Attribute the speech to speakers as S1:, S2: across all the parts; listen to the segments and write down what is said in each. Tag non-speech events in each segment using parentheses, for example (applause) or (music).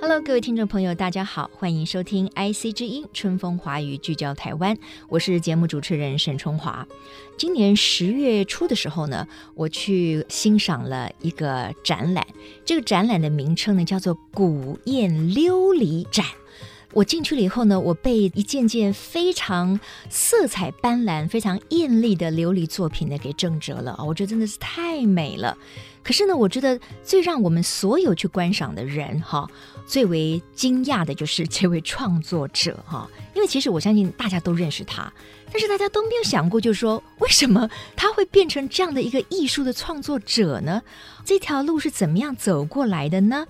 S1: Hello，各位听众朋友，大家好，欢迎收听 IC 之音春风华语聚焦台湾，我是节目主持人沈春华。今年十月初的时候呢，我去欣赏了一个展览，这个展览的名称呢叫做“古砚琉璃展”。我进去了以后呢，我被一件件非常色彩斑斓、非常艳丽的琉璃作品呢给震折了啊！我觉得真的是太美了。可是呢，我觉得最让我们所有去观赏的人哈，最为惊讶的就是 (laughs) 这位创作者哈，因为其实我相信大家都认识他，但是大家都没有想过，就是说为什么他会变成这样的一个艺术的创作者呢？这条路是怎么样走过来的呢？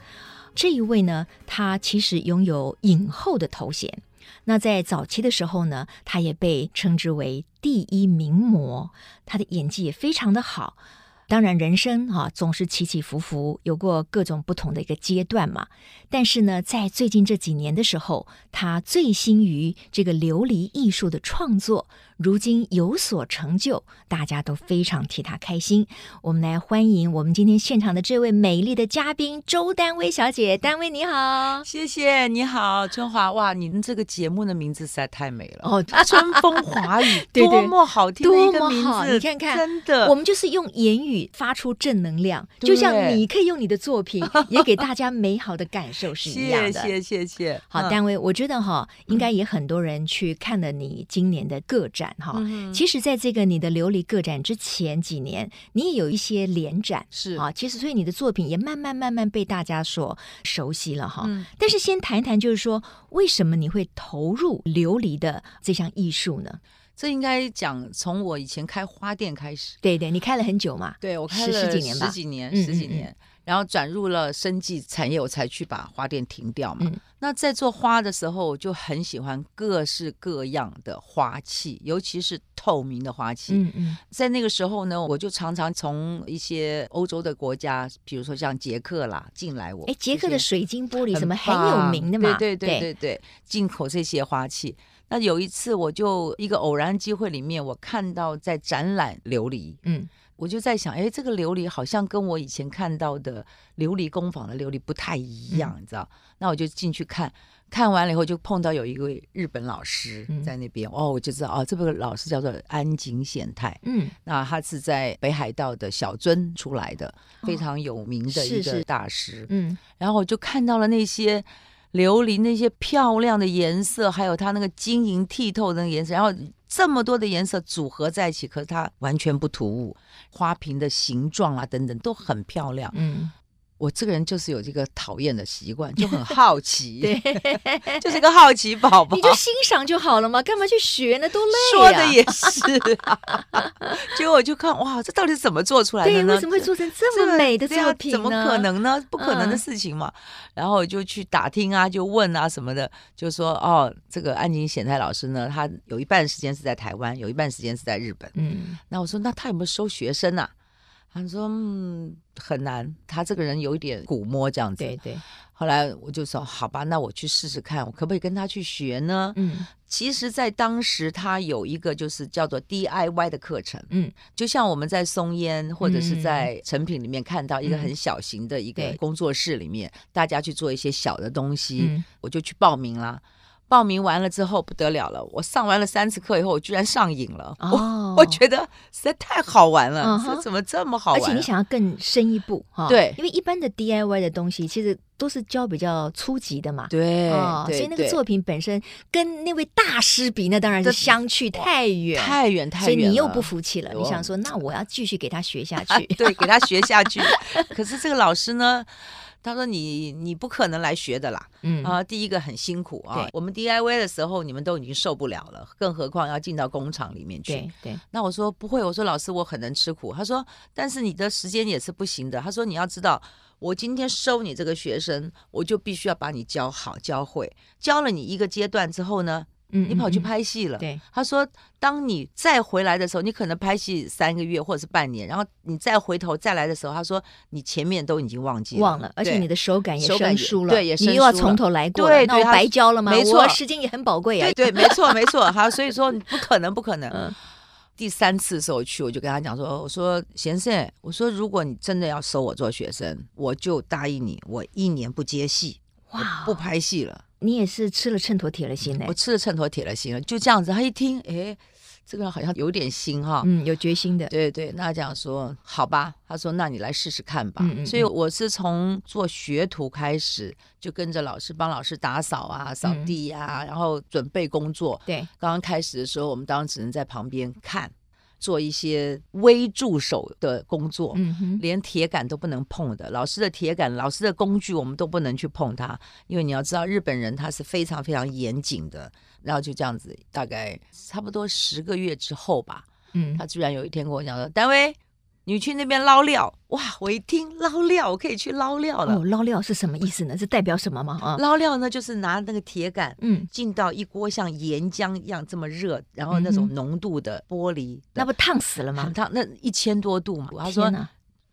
S1: 这一位呢，他其实拥有影后的头衔。那在早期的时候呢，他也被称之为第一名模，他的演技也非常的好。当然，人生啊总是起起伏伏，有过各种不同的一个阶段嘛。但是呢，在最近这几年的时候，他醉心于这个琉璃艺术的创作，如今有所成就，大家都非常替他开心。我们来欢迎我们今天现场的这位美丽的嘉宾周丹薇小姐，丹薇你好。
S2: 谢谢，你好，春华。哇，你们这个节目的名字实在太美了
S1: 哦
S2: 春风华语，
S1: (laughs) 对对
S2: 多么好听的一
S1: 多
S2: 个
S1: 么
S2: 名
S1: 好
S2: 字，
S1: 你看看
S2: 真的，
S1: 我们就是用言语发出正能量，
S2: 对
S1: 就像你可以用你的作
S2: (laughs)
S1: 品也给大家美好的感受是一样
S2: 谢
S1: 的。
S2: 谢谢谢。
S1: 好，
S2: 嗯
S1: 单位，我觉得哈，应该也很多人去看了你今年的个展哈。
S2: 嗯哼
S1: 其实，在这个你的琉璃个展之前几年，你也有一些联展
S2: 是
S1: 啊。其实，所以你的作品也慢慢慢慢被大家所熟悉了哈。
S2: 嗯
S1: 但是，先谈一谈，就是说，为什么你会投入琉璃的这项艺术呢？
S2: 这应该讲从我以前开花店开始，
S1: 对对，你开了很久嘛。
S2: 对我开
S1: 十
S2: 了
S1: 十几年吧
S2: 十几年，
S1: 嗯
S2: 十几
S1: 嗯嗯
S2: 年，然后转入了生计产业，我才去把花店停掉嘛。
S1: 嗯
S2: 那在做花的时候，我就很喜欢各式各样的花器，尤其是透明的花器。
S1: 嗯嗯
S2: 在那个时候呢，我就常常从一些欧洲的国家，比如说像捷克啦，进来我
S1: 哎，捷克的
S2: 这些
S1: 水晶玻璃
S2: 很
S1: 什么很有
S2: 棒
S1: 名的嘛？
S2: 对对对对对，进口这些花器。那有一次，我就一个偶然机会里面，我看到在展览琉璃，
S1: 嗯
S2: 我就在想，哎，这个琉璃好像跟我以前看到的琉璃工坊的琉璃不太一
S1: 嗯
S2: 样，你知道？那我就进去看，看完了以后就碰到有一位日本老师
S1: 嗯
S2: 在那边，哦，我就知道，哦，这个老师叫做安井显太，
S1: 嗯，
S2: 那他是在北海道的小樽出来的，非常有名的
S1: 哦是
S2: 一个
S1: 是
S2: 大师。
S1: 嗯
S2: 然后我就看到了那些琉璃那些漂亮的颜色，还有它那个晶莹剔透的那个颜色，然后这么多的颜色组合在一起，可是它完全不突兀，花瓶的形状啊等等都很漂亮。 (laughs)
S1: 嗯，
S2: 我这个人就是有这个讨厌的习惯，就
S1: (laughs)
S2: 很好奇，
S1: 对，，
S2: 就是个好奇宝宝
S1: 你。就欣赏就好了嘛，干嘛去学呢？多累啊
S2: 说
S1: 呀、
S2: 的也是、啊， (laughs) 结果我就看哇，这到底是怎么做出来的
S1: 对，
S2: 呢？
S1: 为什么会做成这么美的
S2: 对啊
S1: 作品呢？
S2: 怎么可？能呢？不可能的
S1: 嗯
S2: 事情嘛。然后我就去打听啊，就问啊什么的，就说哦，这个安井显太老师呢，他有一半时间是在台湾，有一半时间是在日本。
S1: 嗯
S2: 那我说那他有没有收学生啊？他说嗯很难，他这个人有一点古摸这样子。
S1: 对对，
S2: 后来我就说好吧，那我去试试看，我可不可以跟他去学呢？
S1: 嗯
S2: 其实，在当时他有一个就是叫做 DIY 的课程，
S1: 嗯，
S2: 就像我们在松烟或者是
S1: 嗯
S2: 在成品里面看到一个
S1: 嗯
S2: 很小型的一个
S1: 对
S2: 工作室里面，大家去做一些小的东西，
S1: 嗯，
S2: 我就去报名啦。报名完了之后不得了了，我上完了三次课以后，我居然上瘾了。
S1: 哦
S2: 我我觉得实在太好玩了，
S1: 嗯哼
S2: 这怎么这么好
S1: 而
S2: 玩？啊
S1: 且你想要更深一步哈，
S2: 对
S1: 因为一般的 DIY 的东西其实都是教比较初级的嘛。
S2: 对，
S1: 哦，
S2: 对
S1: 所以那个
S2: 对
S1: 作品本身跟那位大师比，那当然是
S2: 这
S1: 相去太远，
S2: 太远太
S1: 所以
S2: 远了，
S1: 你又不服气了，你
S2: 我
S1: 想说，那我要继续给他学下
S2: 啊
S1: 去。
S2: (laughs) 对，给他学
S1: (laughs)
S2: 下去。可是这个老师呢，他说你你不可能来学的啦， (laughs)
S1: 嗯
S2: 啊、第一个很辛苦啊
S1: 对，
S2: 我们 DIY 的时候你们都已经受不了了，更何况要进到工厂里面去
S1: 对。嗯对，
S2: 那我说不会，我说老师我很能吃苦。他说，但是你的时间也是不行的。他说你要知道，我今天收你这个学生，我就必须要把你教好教会。教了你一个阶段之后呢，
S1: 嗯
S2: 你跑去，
S1: 嗯
S2: 拍戏了。
S1: 嗯对，
S2: 他说，当你再回来的时候，你可能拍戏三个月或者是半年，然后你再回头再来的时候，他说你前面都已经忘记了，
S1: 忘了，而且
S2: 对
S1: 你的手感也
S2: 手
S1: 生
S2: 感也
S1: 疏了，
S2: 对也生
S1: 你又要
S2: 疏
S1: 从
S2: 了
S1: 头来过了，
S2: 对
S1: 那
S2: 对
S1: 我
S2: 他
S1: 白
S2: 是
S1: 教了吗？
S2: 没
S1: 我
S2: 错
S1: 时间也很宝贵啊
S2: 对，对，没错没错。好，所以说你不可能，不可能。
S1: 嗯
S2: 第三次的时候去，我就跟他讲说：“我说先生，我说如果你真的要收我做学生，我就答应你，我一年不接戏，我
S1: 哇，
S2: 不，拍戏了，
S1: 你也是吃了秤砣铁了心呢
S2: 哦我，吃了秤砣铁了心了。”就这样子，他一听，哎，这个人好像有点心哈。
S1: 嗯，有决心的，
S2: 对对，那讲说好吧，他说那你来试试看吧。
S1: 嗯嗯
S2: 所以我是从做学徒开始，就跟着老师帮老师打扫啊、扫
S1: 嗯
S2: 地啊，然后准备工作。
S1: 对，
S2: 刚刚开始的时候，我们当然只能在旁边看，做一些微助手的工作，
S1: 嗯哼，
S2: 连铁杆都不能碰的。老师的铁杆、老师的工具，我们都不能去碰它，因为你要知道，日本人他是非常非常严谨的。然后就这样子，大概差不多十个月之后吧，
S1: 嗯
S2: 他，居然有一天跟我讲说：“丹薇，你去那边捞料。”哇，我一听捞料，我可以去捞料了。
S1: 哦，捞料是什么意思呢？是代表什么吗？啊，
S2: 捞料呢，就是拿那个铁杆，
S1: 嗯，
S2: 进到一锅像岩浆一样这么热，然后那
S1: 嗯
S2: 种
S1: 哼
S2: 浓度的玻璃，
S1: 那不烫死了
S2: 很
S1: 吗？
S2: 烫，那一千多度嘛。他说
S1: 天哪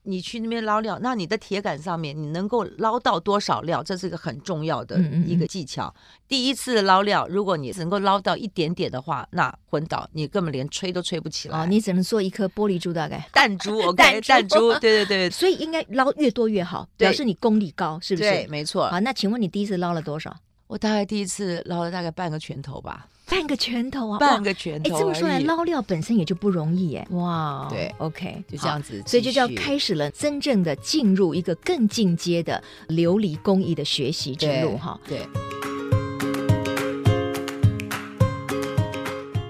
S2: 你去那边捞料，那你的铁杆上面你能够捞到多少料，这是一个很重要的
S1: 嗯嗯嗯
S2: 一个技巧。第一次捞料，如果你只能够捞到一点点的话，那昏倒，你根本连吹都吹不起来。
S1: 哦，你只能做一颗玻璃珠大概，
S2: 弹
S1: (laughs)
S2: 珠
S1: 弹
S2: ，OK，
S1: 珠
S2: 弹珠，对对对
S1: 所以应该捞越多越好，
S2: 对
S1: 表示你功力高，是不
S2: 对，
S1: 是？
S2: 没错。
S1: 好，那请问你第一次捞了多少？
S2: 我大概第一次捞了大概半个拳头吧，
S1: 半个拳头啊，
S2: 半
S1: 哇。
S2: 个拳
S1: 哎，
S2: 头而已。
S1: 这么说来，捞料本身也就不容易哎，哇，
S2: 对
S1: ，OK，
S2: 就这样子继续，
S1: 所以就叫开始了真正的进入一个更进阶的琉璃工艺的学习之路
S2: 对
S1: 哈。。
S2: 对。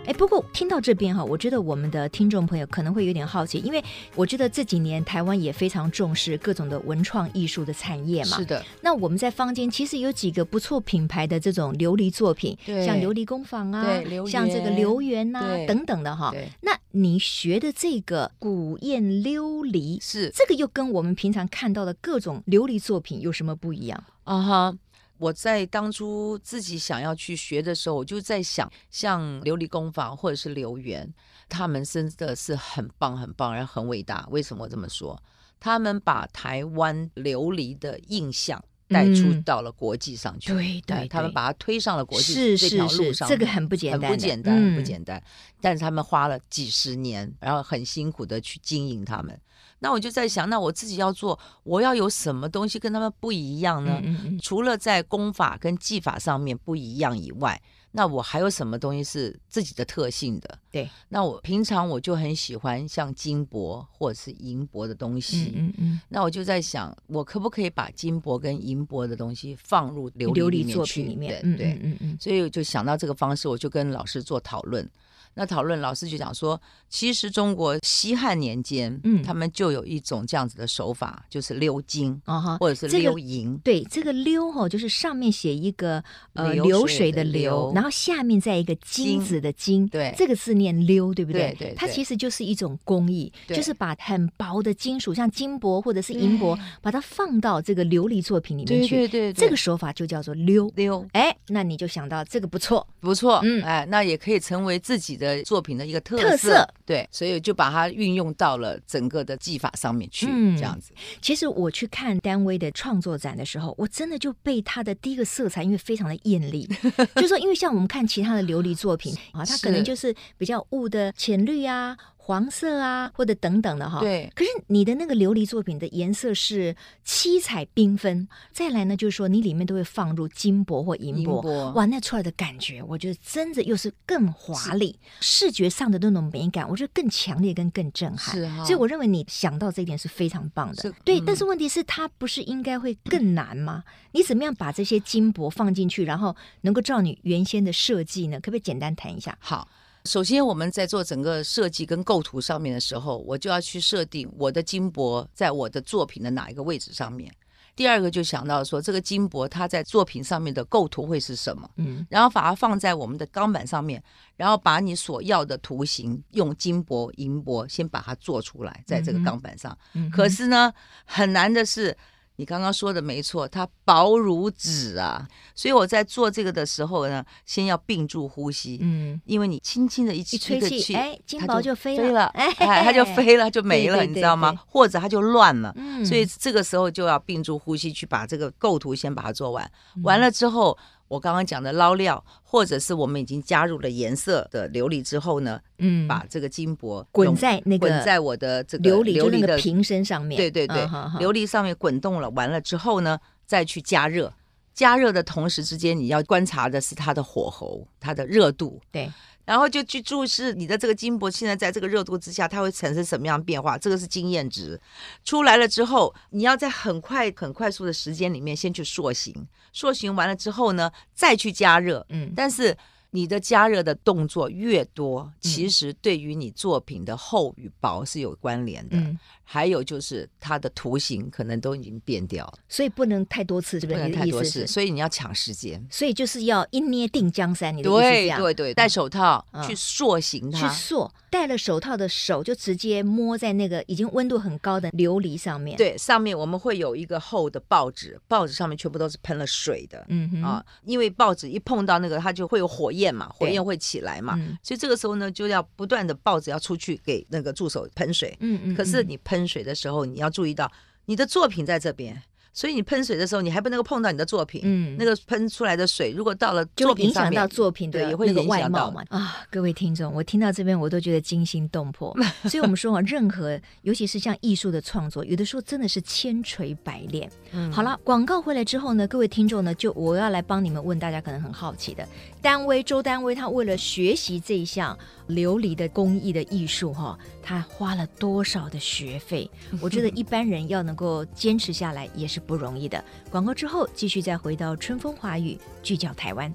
S1: 哎，不过听到这边哈，我觉得我们的听众朋友可能会有点好奇，因为我觉得这几年台湾也非常重视各种的文创艺术的产业嘛
S2: 是。的，
S1: 那我们在坊间其实有几个不错品牌的这种琉璃作品，
S2: 对
S1: 像琉璃工坊啊
S2: 对榴，
S1: 像这个
S2: 莲
S1: 留园呐、
S2: 对
S1: 等等的哈。
S2: 对，
S1: 那你学的这个古砚琉璃
S2: 是
S1: 这个又跟我们平常看到的各种琉璃作品有什么不一样？
S2: 啊哈。我在当初自己想要去学的时候，我就在想，像琉璃工坊或者是留园，他们真的是很棒、很棒，然后很伟大。为什么我这么说？他们把台湾琉璃的印象带出
S1: 嗯
S2: 到了国际上去，
S1: 对对
S2: 哎他们
S1: 对
S2: 把它推上了国际
S1: 是
S2: 这条
S1: 是
S2: 路
S1: 是，
S2: 上
S1: 这
S2: 面，
S1: 个很不简
S2: 很
S1: 单，
S2: 不简单，很不
S1: 嗯
S2: 简单。但是他们花了几十年，然后很辛苦的去经营他们。那我就在想，那我自己要做，我要有什么东西跟他们不一样呢？
S1: 嗯嗯嗯
S2: 除了在功法跟技法上面不一样以外，那我还有什么东西是自己的特性的？
S1: 对，
S2: 那我平常我就很喜欢像金箔或者是银箔的东西。
S1: 嗯嗯嗯，
S2: 那我就在想，我可不可以把金箔跟银箔的东西放入琉
S1: 嗯琉
S2: 里
S1: 璃
S2: 面
S1: 作
S2: 去
S1: 品里面，
S2: 对对，
S1: 嗯嗯嗯
S2: 所以我就想到这个方式，我就跟老师做讨论。那讨论老师就讲说，其实中国西汉年间，
S1: 嗯
S2: 他们就有一种这样子的手法，就是鎏金
S1: 嗯，啊哈，
S2: 或者是
S1: 这个
S2: 鎏银。
S1: 对，这个溜哈、哦，就是上面写一个呃
S2: 流
S1: 流
S2: 水
S1: 水的
S2: 的
S1: 流，
S2: 流
S1: 然后下面再一个金
S2: 金
S1: 子的金，
S2: 对
S1: 这个字念溜，对不对？
S2: 对对
S1: 它
S2: 对
S1: 其实就是一种工艺，就
S2: 对
S1: 是把很薄的金属，像金箔或者是银箔，把它放到这个琉璃作品里面去，
S2: 对对
S1: 这个手法就叫做溜。
S2: 鎏
S1: 哎，那你就想到这个不错，
S2: 不错，
S1: 嗯
S2: 哎，那也可以成为自己的作品的一个特
S1: 特色
S2: 对，所以就把它运用到了整个的技法上面去，
S1: 嗯
S2: 这样子。
S1: 其实我去看单位的创作展的时候，我真的就被它的第一个色彩，因为非常的艳
S2: (laughs)
S1: 丽，就说因为像我们看其他的琉璃作品啊，它可能
S2: 是
S1: 就是比较雾的浅绿啊、黄色啊，或者等等的哈。。
S2: 对，
S1: 可是你的那个琉璃作品的颜色是七彩缤纷，再来呢，就是说你里面都会放入金箔或银箔，
S2: 银箔
S1: 哇，那出来的感觉，我觉得真的又是更华丽，视觉上的那种美感，我觉得更强烈跟更震撼。
S2: 是哈
S1: 所以我认为你想到这一点是非常棒的
S2: 是，
S1: 对。
S2: 嗯
S1: 但是问题是，它不是应该会更难吗？你怎么样把这些金箔放进去，然后能够照你原先的设计呢？可不可以简单谈一下？
S2: 好。首先，我们在做整个设计跟构图上面的时候，我就要去设定我的金箔在我的作品的哪一个位置上面。第二个就想到说，这个金箔它在作品上面的构图会是什么，
S1: 嗯
S2: 然后把它放在我们的钢板上面，然后把你所要的图形用金箔、银箔先把它做出来，在这个
S1: 嗯哼
S2: 钢板上。
S1: 嗯
S2: 可是呢，很难的是，你刚刚说的没错，它薄如纸啊。所以我在做这个的时候呢，先要并住呼吸，
S1: 嗯，
S2: 因为你轻轻的一
S1: 一
S2: 气
S1: 吹
S2: 一个
S1: 气，
S2: 气，
S1: 哎，金
S2: 它
S1: 箔
S2: 就
S1: 就飞
S2: 飞
S1: 了，
S2: 了，哎，它就飞了，就没了，
S1: 对对
S2: 你
S1: 对
S2: 知道
S1: 对
S2: 吗？或者它就乱了。
S1: 嗯，
S2: 所以这个时候就要屏住呼吸去把这个构图先把它做完，
S1: 嗯
S2: 完了之后，我刚刚讲的捞料，或者是我们已经加入了颜色的琉璃之后呢，
S1: 嗯，
S2: 把这个金箔
S1: 滚
S2: 融
S1: 在那个
S2: 滚在我的这个
S1: 琉璃
S2: 琉
S1: 就
S2: 璃
S1: 那个
S2: 的
S1: 瓶身上面，
S2: 对对对，
S1: 嗯哈哈
S2: 琉璃上面滚动了，完了之后呢，再去加热。加热的同时之间，你要观察的是它的火候、它的热度，
S1: 对，
S2: 然后就去注视你的这个金箔现在在这个热度之下，它会产生什么样的变化？这个是经验值。出来了之后，你要在很快、很快速的时间里面先去塑形，塑形完了之后呢，再去加热。
S1: 嗯
S2: 但是你的加热的动作越多，其实对于你作品的厚与薄是有关联的。
S1: 嗯，
S2: 还有就是它的图形可能都已经变掉了，
S1: 所以不能太多次，对
S2: 不
S1: 不对？
S2: 能
S1: 你
S2: 太
S1: 的意
S2: 多
S1: 思
S2: 次，
S1: 是，
S2: 所以你要抢时间。
S1: 所以就是要一捏定江山，你的意思是这
S2: 对
S1: 样
S2: 对对，戴手套、
S1: 嗯
S2: 去塑形
S1: 去
S2: 它，
S1: 塑，戴了手套的手就直接摸在那个已经温度很高的琉璃上面。，
S2: 对，上面我们会有一个厚的报纸，报纸上面全部都是喷了水的、
S1: 嗯哼，
S2: 啊，因为报纸一碰到那个，它就会有火焰嘛，火
S1: 对
S2: 焰会起来嘛，
S1: 嗯
S2: 所以这个时候呢，就要不断的报纸要出去给那个助手喷水。
S1: 嗯嗯，
S2: 可是
S1: 嗯
S2: 你喷水的时候，你要注意到你的作品在这边，所以你喷水的时候，你还不能够碰到你的作品。
S1: 嗯
S2: 那个喷出来的水，如果到了
S1: 就
S2: 作
S1: 会
S2: 品
S1: 影
S2: 上
S1: 响
S2: 面
S1: 到作品的
S2: 对，也会
S1: 那个
S2: 影
S1: 外
S2: 响
S1: 貌
S2: 到
S1: 嘛。啊，各位听众，我听到这边我都觉得惊心动
S2: (laughs)
S1: 魄。所以我们说啊，任何尤其是像艺术的创作，有的时候真的是千锤百炼。
S2: 嗯
S1: 好了，广告回来之后呢，各位听众呢，就我要来帮你们问大家可能很好奇的，单威周丹威他为了学习这一项琉璃的工艺的艺术哈、他花了多少的学
S2: (laughs)
S1: 费？我觉得一般人要能够坚持下来也是不容易的。广告之后继续再回到春风华语，聚焦台湾。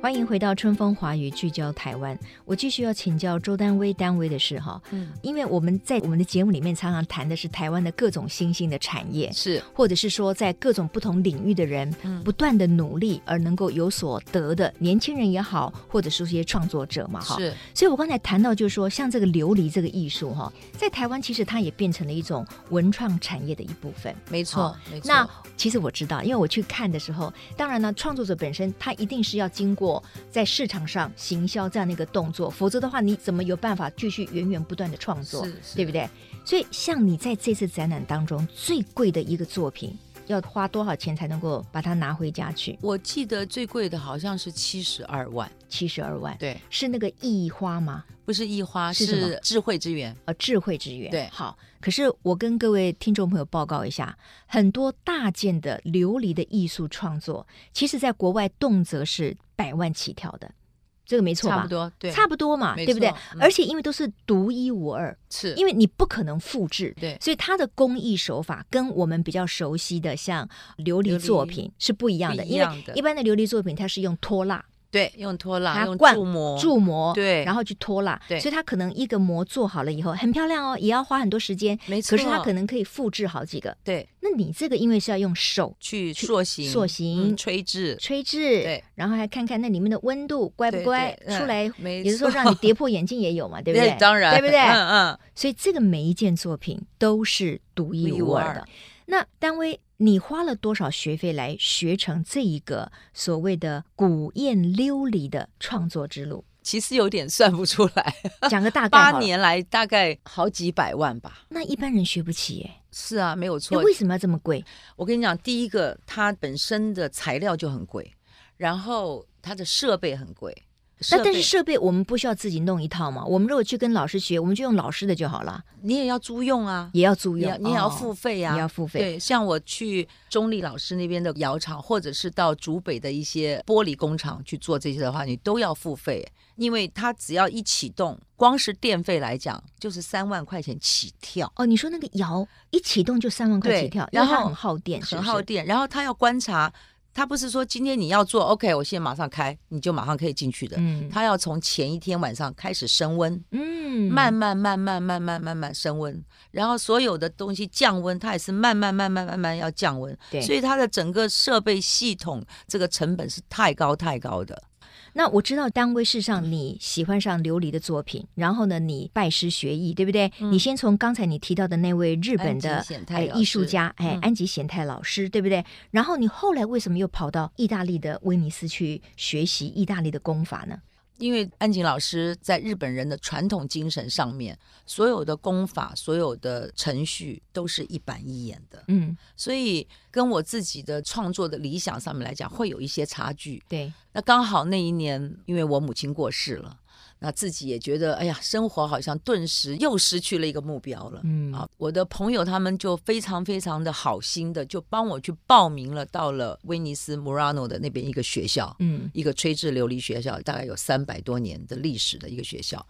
S1: 欢迎回到春风华语，聚焦台湾。我继续要请教周丹薇丹薇的事哈，
S2: 嗯
S1: 因为我们在我们的节目里面常常谈的是台湾的各种新兴的产业，
S2: 是
S1: 或者是说在各种不同领域的人
S2: 嗯
S1: 不断的努力而能够有所得的年轻人也好，或者是一些创作者嘛哈。
S2: 是
S1: 所以我刚才谈到就是说，像这个琉璃这个艺术哈，在台湾其实它也变成了一种文创产业的一部分。
S2: 没
S1: 错
S2: 错，没错。
S1: 那其实我知道，因为我去看的时候，当然呢，创作者本身他一定是要经过在市场上行销这样的一个动作，否则的话，你怎么有办法继续源源不断的创作
S2: 是，是
S1: 对不对？所以，像你在这次展览当中最贵的一个作品，要花多少钱才能够把它拿回家去？
S2: 我记得最贵的好像是七十二万，
S1: 七十二万，
S2: 对，
S1: 是那个异花吗？
S2: 不是一花，
S1: 是什么
S2: 是智慧之源。
S1: 呃，智慧之源。
S2: 对
S1: 好。可是我跟各位听众朋友报告一下，很多大件的琉璃的艺术创作，其实在国外动辄是百万起跳的，这个没错吧？
S2: 差不多，对，
S1: 差不多嘛，
S2: 没
S1: 对不对
S2: 错？嗯
S1: 而且因为都是独一无二，
S2: 是
S1: 因为你不可能复制，
S2: 对
S1: 所以它的工艺手法跟我们比较熟悉的像琉璃
S2: 琉璃
S1: 作品是不一样的，
S2: 不一
S1: 因
S2: 样
S1: 为
S2: 的
S1: 一般的琉璃作品它是用拖蜡。
S2: 对，用拖
S1: 它
S2: 拉，用
S1: 灌
S2: 铸模，
S1: 铸模，
S2: 对
S1: 然后去拖蜡，
S2: 对
S1: 所以它可能一个模做好了以后很漂亮哦，也要花很多时间，
S2: 没错
S1: 可是它可能可以复制好几个。
S2: 对，
S1: 那你这个因为是要用手
S2: 去塑形，
S1: 塑
S2: 嗯
S1: 形
S2: 吹制，
S1: 吹制，
S2: 对，
S1: 然后还看看那里面的温度乖不
S2: 对
S1: 乖，
S2: 对嗯
S1: 出来
S2: 没
S1: 有的时候
S2: 错
S1: 让你跌破眼镜也有
S2: (laughs)
S1: 嘛，对不对？
S2: 当然，
S1: 对不对？
S2: 嗯嗯，
S1: 所以这个每一件作品都是独一无二的
S2: 独一无二。
S1: 那丹薇，你花了多少学费来学成这一个所谓的古砚琉璃的创作之路？
S2: 其实有点算不出来，
S1: 讲个大概好了，
S2: 八年来大概好几百万吧。
S1: 那一般人学不起耶。
S2: 是啊，没有
S1: 那
S2: 错
S1: 为。什么要这么贵？
S2: 我跟你讲，第一个它本身的材料就很贵，然后它的设备很贵。设
S1: 那但
S2: 备
S1: 是设备我们不需要自己弄一套嘛？我们如果去跟老师学，我们就用老师的就好了，
S2: 你也要租用啊，
S1: 也要租
S2: 你要
S1: 用，
S2: 你也要
S1: 哦
S2: 付费啊，
S1: 也要付费。
S2: 对，像我去中立老师那边的窑厂，或者是到竹北的一些玻璃工厂去做这些的话，你都要付费，因为它只要一启动，光是电费来讲就是三万块钱起跳，
S1: 哦，你说那个窑一启动就三万块
S2: 对
S1: 起跳，
S2: 然
S1: 因为它
S2: 后
S1: 很耗电，是
S2: 很
S1: 不是
S2: 耗。电。然后他要观察，他不是说今天你要做 OK，我现在马上开，你就马上可以进去的。
S1: 嗯
S2: 他要从前一天晚上开始升温，
S1: 嗯，嗯
S2: 慢慢慢慢慢慢慢慢升温，然后所有的东西降温，它也是慢慢慢慢慢慢要降温，
S1: 对
S2: 所以它的整个设备系统这个成本是太高太高的。
S1: 那我知道单位事上你喜欢上琉璃的作品，然后呢，你拜师学艺，对不对？你先从刚才你提到的那位日本的
S2: 嗯安吉显太
S1: 哎
S2: 老师
S1: 艺术家，哎
S2: 嗯，
S1: 安吉贤太老师，对不对？然后你后来为什么又跑到意大利的威尼斯去学习意大利的功法呢？
S2: 因为安井老师在日本人的传统精神上面，所有的功法、所有的程序都是一板一眼的，
S1: 嗯，
S2: 所以跟我自己的创作的理想上面来讲，会有一些差距。
S1: 对，
S2: 那刚好那一年，因为我母亲过世了，那自己也觉得，哎呀，生活好像顿时又失去了一个目标了。
S1: 嗯
S2: 啊，我的朋友他们就非常非常的好心的，就帮我去报名了，到了威尼斯 Murano 的那边一个学校。
S1: 嗯
S2: 一个吹制琉璃学校，大概有三百多年的历史的一个学校。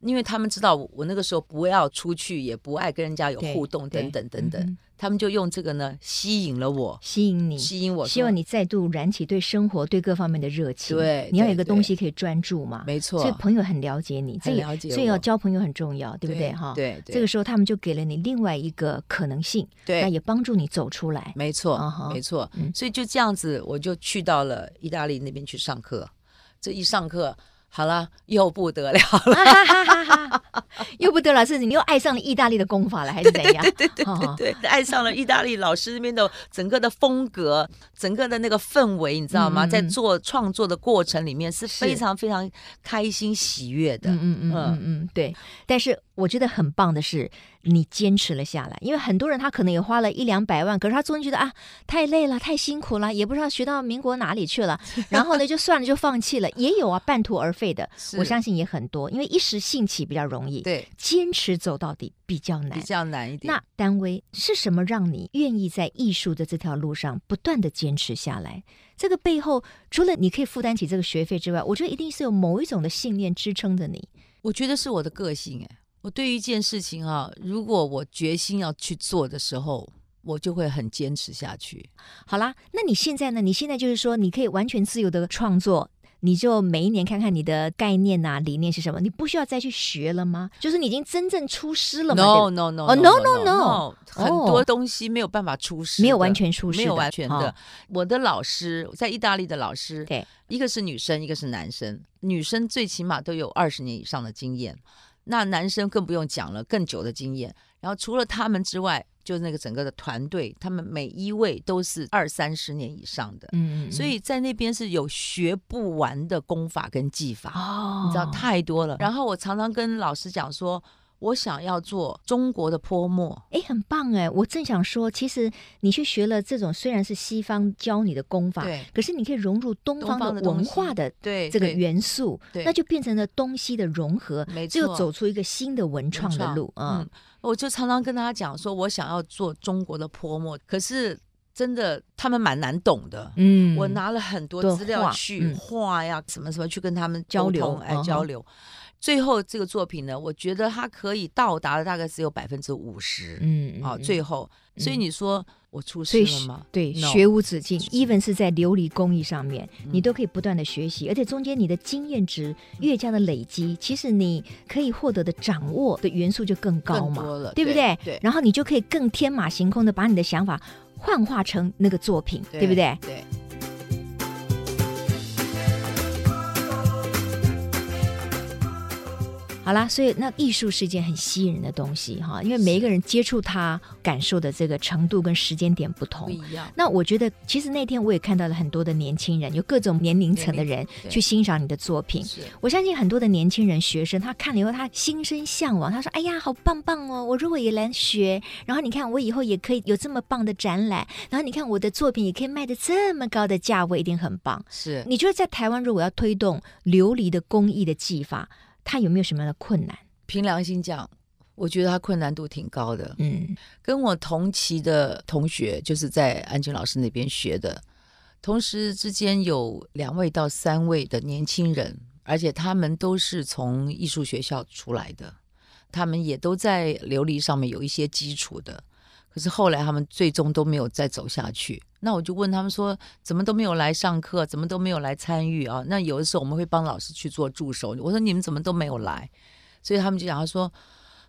S2: 因为他们知道我我那个时候不要出去，也不爱跟人家有
S1: 对
S2: 互动，
S1: 对
S2: 等等等等，
S1: 嗯哼
S2: 他们就用这个呢吸引了我，
S1: 吸引你，
S2: 吸引我说，
S1: 希望你再度燃起对生活、对各方面的热情。
S2: 对
S1: 你要有一个
S2: 对
S1: 东西可以专注嘛。
S2: 没错，
S1: 所以朋友很了解你，这
S2: 很
S1: 也
S2: 了解
S1: 所以要
S2: 我
S1: 交朋友很重要，对不对？哈，。
S2: 对，对
S1: 这个时候，他们就给了你另外一个可能性，
S2: 对
S1: 那也帮助你走出来。 (laughs)
S2: 没错，
S1: 啊哈
S2: 没错、
S1: 嗯
S2: 所以就这样子，我就去到了意大利那边去上课。这一上课，好了，又不得了了。
S1: 哈哈哈哈哈！又不得了，是你又爱上了意大利的功法了，还是怎样？对对对
S2: (laughs) 对，爱上了意大利老师那边的整个的风格， (laughs) 整个的那个氛围，你知道吗？
S1: 嗯嗯
S2: 在做创作的过程里面是
S1: 是
S2: 非常非常开心喜悦的。
S1: 嗯嗯嗯嗯
S2: 嗯
S1: 嗯，对。但是我觉得很棒的是，你坚持了下来，因为很多人他可能也花了一两百万，可是他终于觉得啊，太累了，太辛苦了，也不知道学到民国哪里去
S2: (laughs)
S1: 了，然后呢就算了，就放弃了。也有啊，半途而废的，
S2: 是
S1: 我相信也很多，因为一时兴起比较容易，
S2: 对，
S1: 坚持走到底比较难
S2: 比。较难一点。
S1: 那丹薇是什么让你愿意在艺术的这条路上不断的坚持下来？这个背后，除了你可以负担起这个学费之外，我觉得一定是有某一种的信念支撑着你。
S2: 我觉得是我的个性哎、我对于一件事情啊，如果我决心要去做的时候，我就会很坚持下去。
S1: 好啦，那你现在呢？你现在就是说，你可以完全自由的创作。你就每一年看看你的概念呐、理念是什么，你不需要再去学了吗？就是你已经真正出师了吗
S2: No no no
S1: 哦 no, no, no
S2: 很多东西没有办法出师的，
S1: 没有完全出师的
S2: 没有完全的
S1: 哦。
S2: 我的老师在意大利的老师，
S1: 对，
S2: 一个是女生，一个是男生。女生最起码都有二十年以上的经验，那男生更不用讲了，更久的经验。然后除了他们之外，就是那个整个的团队，他们每一位都是二三十年以上的，
S1: 嗯
S2: 所以在那边是有学不完的功法跟技法。
S1: 哦，
S2: 你知道太多了。然后我常常跟老师讲说，我想要做中国的泼墨，
S1: 哎，很棒哎！我正想说，其实你去学了这种虽然是西方教你的功法
S2: 对，
S1: 可是你可以融入东
S2: 东
S1: 方
S2: 方
S1: 的
S2: 的东
S1: 文
S2: 西
S1: 化的
S2: 对
S1: 这个
S2: 对
S1: 元素，
S2: 对
S1: 那就变成了东西的融合，
S2: 没
S1: 这就
S2: 错
S1: 走出一个新的文创的路啊、
S2: 嗯，我就常常跟他讲说，我想要做中国的泼墨，可是真的他们蛮难懂的。
S1: 嗯
S2: 我拿了很多
S1: 对画
S2: 资料去
S1: 嗯
S2: 画呀，什么什么去跟他们
S1: 交
S2: 沟
S1: 流
S2: 通哎
S1: 嗯哼
S2: 交流。最后这个作品呢，我觉得它可以到达的大概只有百分之五十
S1: 嗯
S2: 啊。
S1: 嗯
S2: 最后，所以
S1: 嗯
S2: 你说我出
S1: 所
S2: 师
S1: 以
S2: 了
S1: 学
S2: 吗？
S1: 对
S2: No 嗯
S1: 学无止境，even 是在琉璃工艺上面，你都可以不断的学习，而且中间你的经验值越加的累积，其实你可以获得的掌握的元素就更高嘛，
S2: 更多了
S1: 对不对？
S2: 对对
S1: 然后你就可以更天马行空的把你的想法幻化成那个作品，对不对？？
S2: 对。
S1: 好啦，所以那艺术是一件很吸引人的东西哈，因为每一个人接触它感受的这个程度跟时间点不
S2: 不
S1: 同。
S2: 一样。
S1: 那我觉得，其实那天我也看到了很多的年轻人，有各种年龄层的人
S2: 对
S1: 去欣赏你的作品。
S2: 是
S1: 我相信很多的年轻人、学生，他看了以后，他心生向往。他说：“哎呀，好棒棒哦！我如果也来学，然后你看我以后也可以有这么棒的展览，然后你看我的作品也可以卖的这么高的价位，一定很棒。”
S2: 是，
S1: 你觉得在台湾如果要推动琉璃的工艺的技法，它有没有什么样的困难？
S2: 凭良心讲，我觉得他困难度挺高的。
S1: 嗯，
S2: 跟我同期的同学，就是在安君老师那边学的，同时之间有两位到三位的年轻人，而且他们都是从艺术学校出来的，他们也都在琉璃上面有一些基础的。可是后来他们最终都没有再走下去。那我就问他们说，怎么都没有来上课，怎么都没有来参与啊？那有的时候我们会帮老师去做助手，我说你们怎么都没有来？所以他们就讲，他说，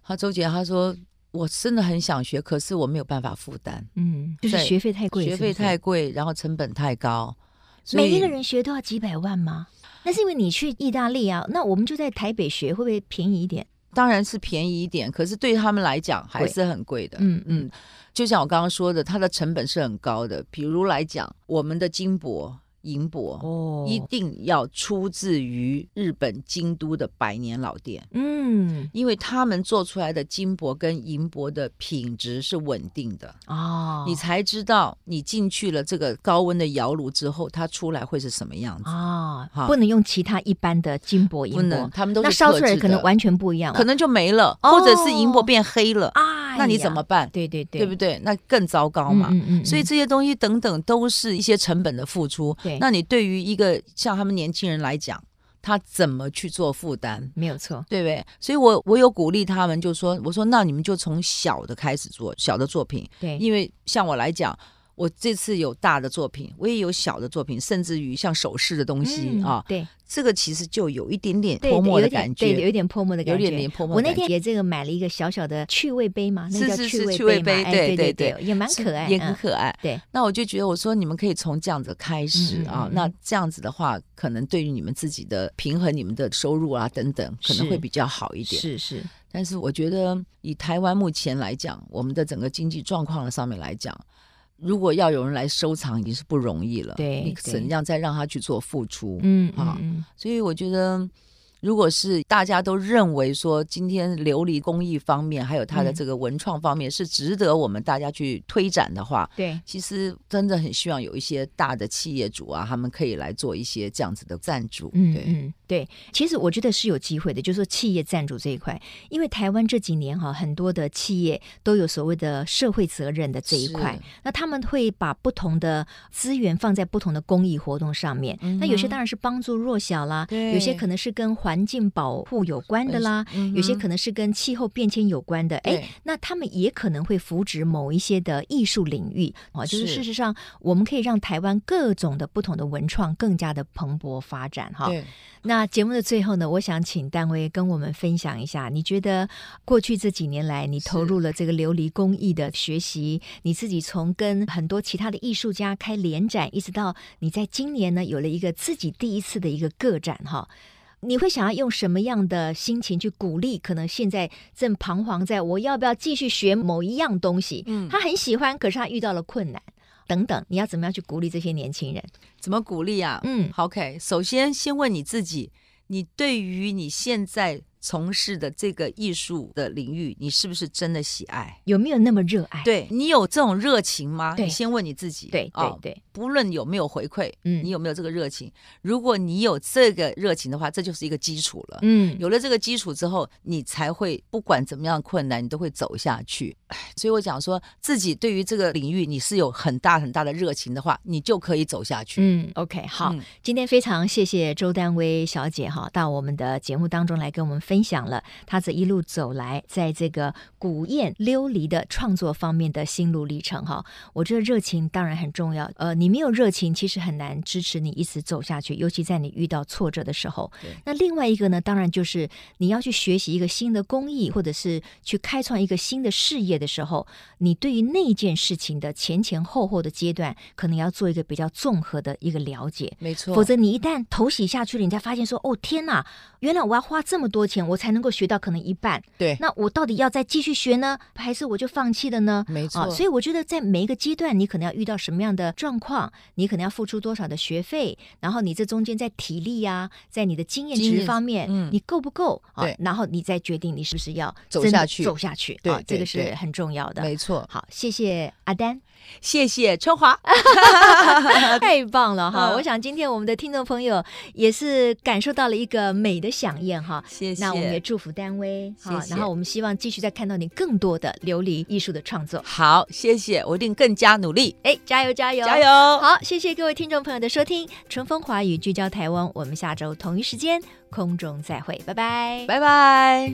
S2: 他周姐，他说我真的很想学，可是我没有办法负担，
S1: 嗯，就是
S2: 对
S1: 学费太贵，
S2: 学
S1: 是不
S2: 费
S1: 是
S2: 太贵，然后成本太高，所
S1: 每
S2: 以
S1: 一个人学都要几百万吗？那是因为你去意大利啊，那我们就在台北学，会不会便宜一点？
S2: 当然是便宜一点，可是对他们来讲还是很贵的。
S1: 嗯
S2: 嗯，就像我刚刚说的，它的成本是很高的。比如来讲，我们的金箔、银箔。
S1: 哦
S2: 一定要出自于日本京都的百年老店，
S1: 嗯
S2: 因为他们做出来的金箔跟银箔的品质是稳定的，
S1: 哦，
S2: 你才知道你进去了这个高温的窑炉之后，它出来会是什么样子。
S1: 啊、
S2: 哈
S1: 不能用其他一般的金箔、银
S2: 不能，
S1: 箔，
S2: 他们都是
S1: 那烧出
S2: 特
S1: 来
S2: 制
S1: 可能
S2: 的
S1: 完全不一样了，
S2: 可能就没了，或者是银箔变黑了，
S1: 啊，
S2: 那你怎么？办？
S1: 对对对，
S2: 对不对？那更糟糕
S1: 嗯
S2: 嘛。
S1: 嗯嗯嗯
S2: 所以这些东西等等都是一些成本的付出。
S1: 对
S2: 那你对于一个像他们年轻人来讲，他怎么去做负担？
S1: 没有错，
S2: 对不对？所以我我有鼓励他们，就说我说那你们就从小的开始做小的作品，
S1: 对，
S2: 因为像我来讲，我这次有大的作品，我也有小的作品，甚至于像首饰的东西、
S1: 嗯
S2: 啊，
S1: 对
S2: 这个其实就有一点点
S1: 对，
S2: 泼墨
S1: 有
S2: 的
S1: 点
S2: 感
S1: 对，
S2: 觉，
S1: 对有点泼墨的感
S2: 有
S1: 觉，
S2: 点点泼墨
S1: 我
S2: 的
S1: 那
S2: 感觉。
S1: 天也这个买了一个小小的趣味杯嘛，那
S2: 是
S1: 个叫
S2: 是
S1: 趣
S2: 是
S1: 味
S2: 趣味
S1: 嘛
S2: 杯
S1: 哎，
S2: 对
S1: 对
S2: 对
S1: 对，也蛮可爱，嗯
S2: 也很可爱。
S1: 对，
S2: 那我就觉得，我说你们可以从这样子开始
S1: 嗯嗯
S2: 啊。
S1: 嗯嗯
S2: 那这样子的话，可能对于你们自己的平衡、你们的收入啊等等，可能
S1: 是
S2: 会比较好一点。
S1: 是是，
S2: 但是我觉得，以台湾目前来讲，我们的整个经济状况上面来讲，如果要有人来收藏，已经是不容易了。
S1: 对
S2: 你
S1: 对
S2: 怎样再让他去做付出？
S1: 嗯
S2: 啊
S1: 嗯
S2: 所以我觉得，如果是大家都认为说，今天琉璃工艺方面，还有它的
S1: 嗯
S2: 这个文创方面是值得我们大家去推展的话，
S1: 对。
S2: 其实真的很希望有一些大的企业主啊，他们可以来做一些这样子的赞助。
S1: 嗯
S2: 对，
S1: 嗯，对，其实我觉得是有机会的，就是说企业赞助这一块，因为台湾这几年哈，很多的企业都有所谓的社会责任的这一块，那他们会把不同的资源放在不同的公益活动上面。那有些当然是帮助弱小啦，
S2: 对
S1: 有些可能是跟环境保护有关的啦，
S2: 嗯哼
S1: 有些可能是跟气候变迁有关的。哎
S2: 对，
S1: 那他们也可能会扶植某一些的艺术领域哦，就是
S2: 是
S1: 事实上，我们可以让台湾各种的不同的文创更加的蓬勃发展哈。
S2: 对，
S1: 那节目的最后呢，我想请丹薇跟我们分享一下，你觉得过去这几年来，你投入了这个琉璃工艺的学习，你自己从跟很多其他的艺术家开联展，一直到你在今年呢有了一个自己第一次的一个个展哈。你会想要用什么样的心情去鼓励？可能现在正彷徨在我要不要继续学某一样东西？
S2: 嗯
S1: 他很喜欢，可是他遇到了困难，等等，你要怎么样去鼓励这些年轻人？
S2: 怎么鼓励啊？
S1: 嗯
S2: 好，OK，首先先问你自己，你对于你现在从事的这个艺术的领域，你是不是真的喜爱？
S1: 有没有那么热爱？
S2: 对你有这种热情吗？
S1: 对
S2: 你先问你自己。
S1: 对
S2: 啊
S1: 对对，
S2: 不论有没有回馈，
S1: 嗯
S2: 你有没有这个热情？如果你有这个热情的话，这就是一个基础了。
S1: 嗯，
S2: 有了这个基础之后，你才会不管怎么样困难，你都会走下去。唉所以我讲说，自己对于这个领域你是有很大很大的热情的话，你就可以走下去。
S1: 嗯，OK，好，
S2: 嗯
S1: 今天非常谢谢周丹薇小姐哈，到我们的节目当中来跟我们分享了她这一路走来，在这个古砚琉璃的创作方面的心路历程哈。我觉得热情当然很重要，呃，你没有热情，其实很难支持你一直走下去，尤其在你遇到挫折的时候
S2: 对。
S1: 那另外一个呢，当然就是你要去学习一个新的工艺，或者是去开创一个新的事业的时候，你对于那件事情的前前后后的阶段，可能要做一个比较综合的一个了解。
S2: 没错，
S1: 否则你一旦头洗下去了，你才发现说，哦天哪，原来我要花这么多钱，我才能够学到可能一半。
S2: 对
S1: 那我到底要再继续学呢，还是我就放弃了呢？
S2: 没错
S1: 啊，所以我觉得在每一个阶段，你可能要遇到什么样的状况，你可能要付出多少的学费，然后你这中间在体力呀、在你的经验
S2: 经
S1: 值
S2: 验
S1: 方面，
S2: 嗯
S1: 你够不够啊
S2: 对？
S1: 然后你再决定你是不是要
S2: 走
S1: 真的
S2: 下去
S1: 走下去
S2: 对
S1: 啊，这
S2: 对
S1: 个是
S2: 对
S1: 很重要的。啊
S2: 没错。
S1: 好，谢谢阿丹。
S2: 谢谢春华， (laughs)
S1: 太棒了哈！
S2: 嗯
S1: 我想今天我们的听众朋友也是感受到了一个美的响宴哈。
S2: 谢谢。
S1: 那我们也祝福单位哈，
S2: 谢谢
S1: 然后我们希望继续再看到你更多的琉璃艺术的创作。
S2: 好，谢谢，我一定更加努力，
S1: 哎，加油加油
S2: 加！油！
S1: 好，谢谢各位听众朋友的收听，《春风华语》聚焦台湾，我们下周同一时间空中再会，拜拜。
S2: 拜拜。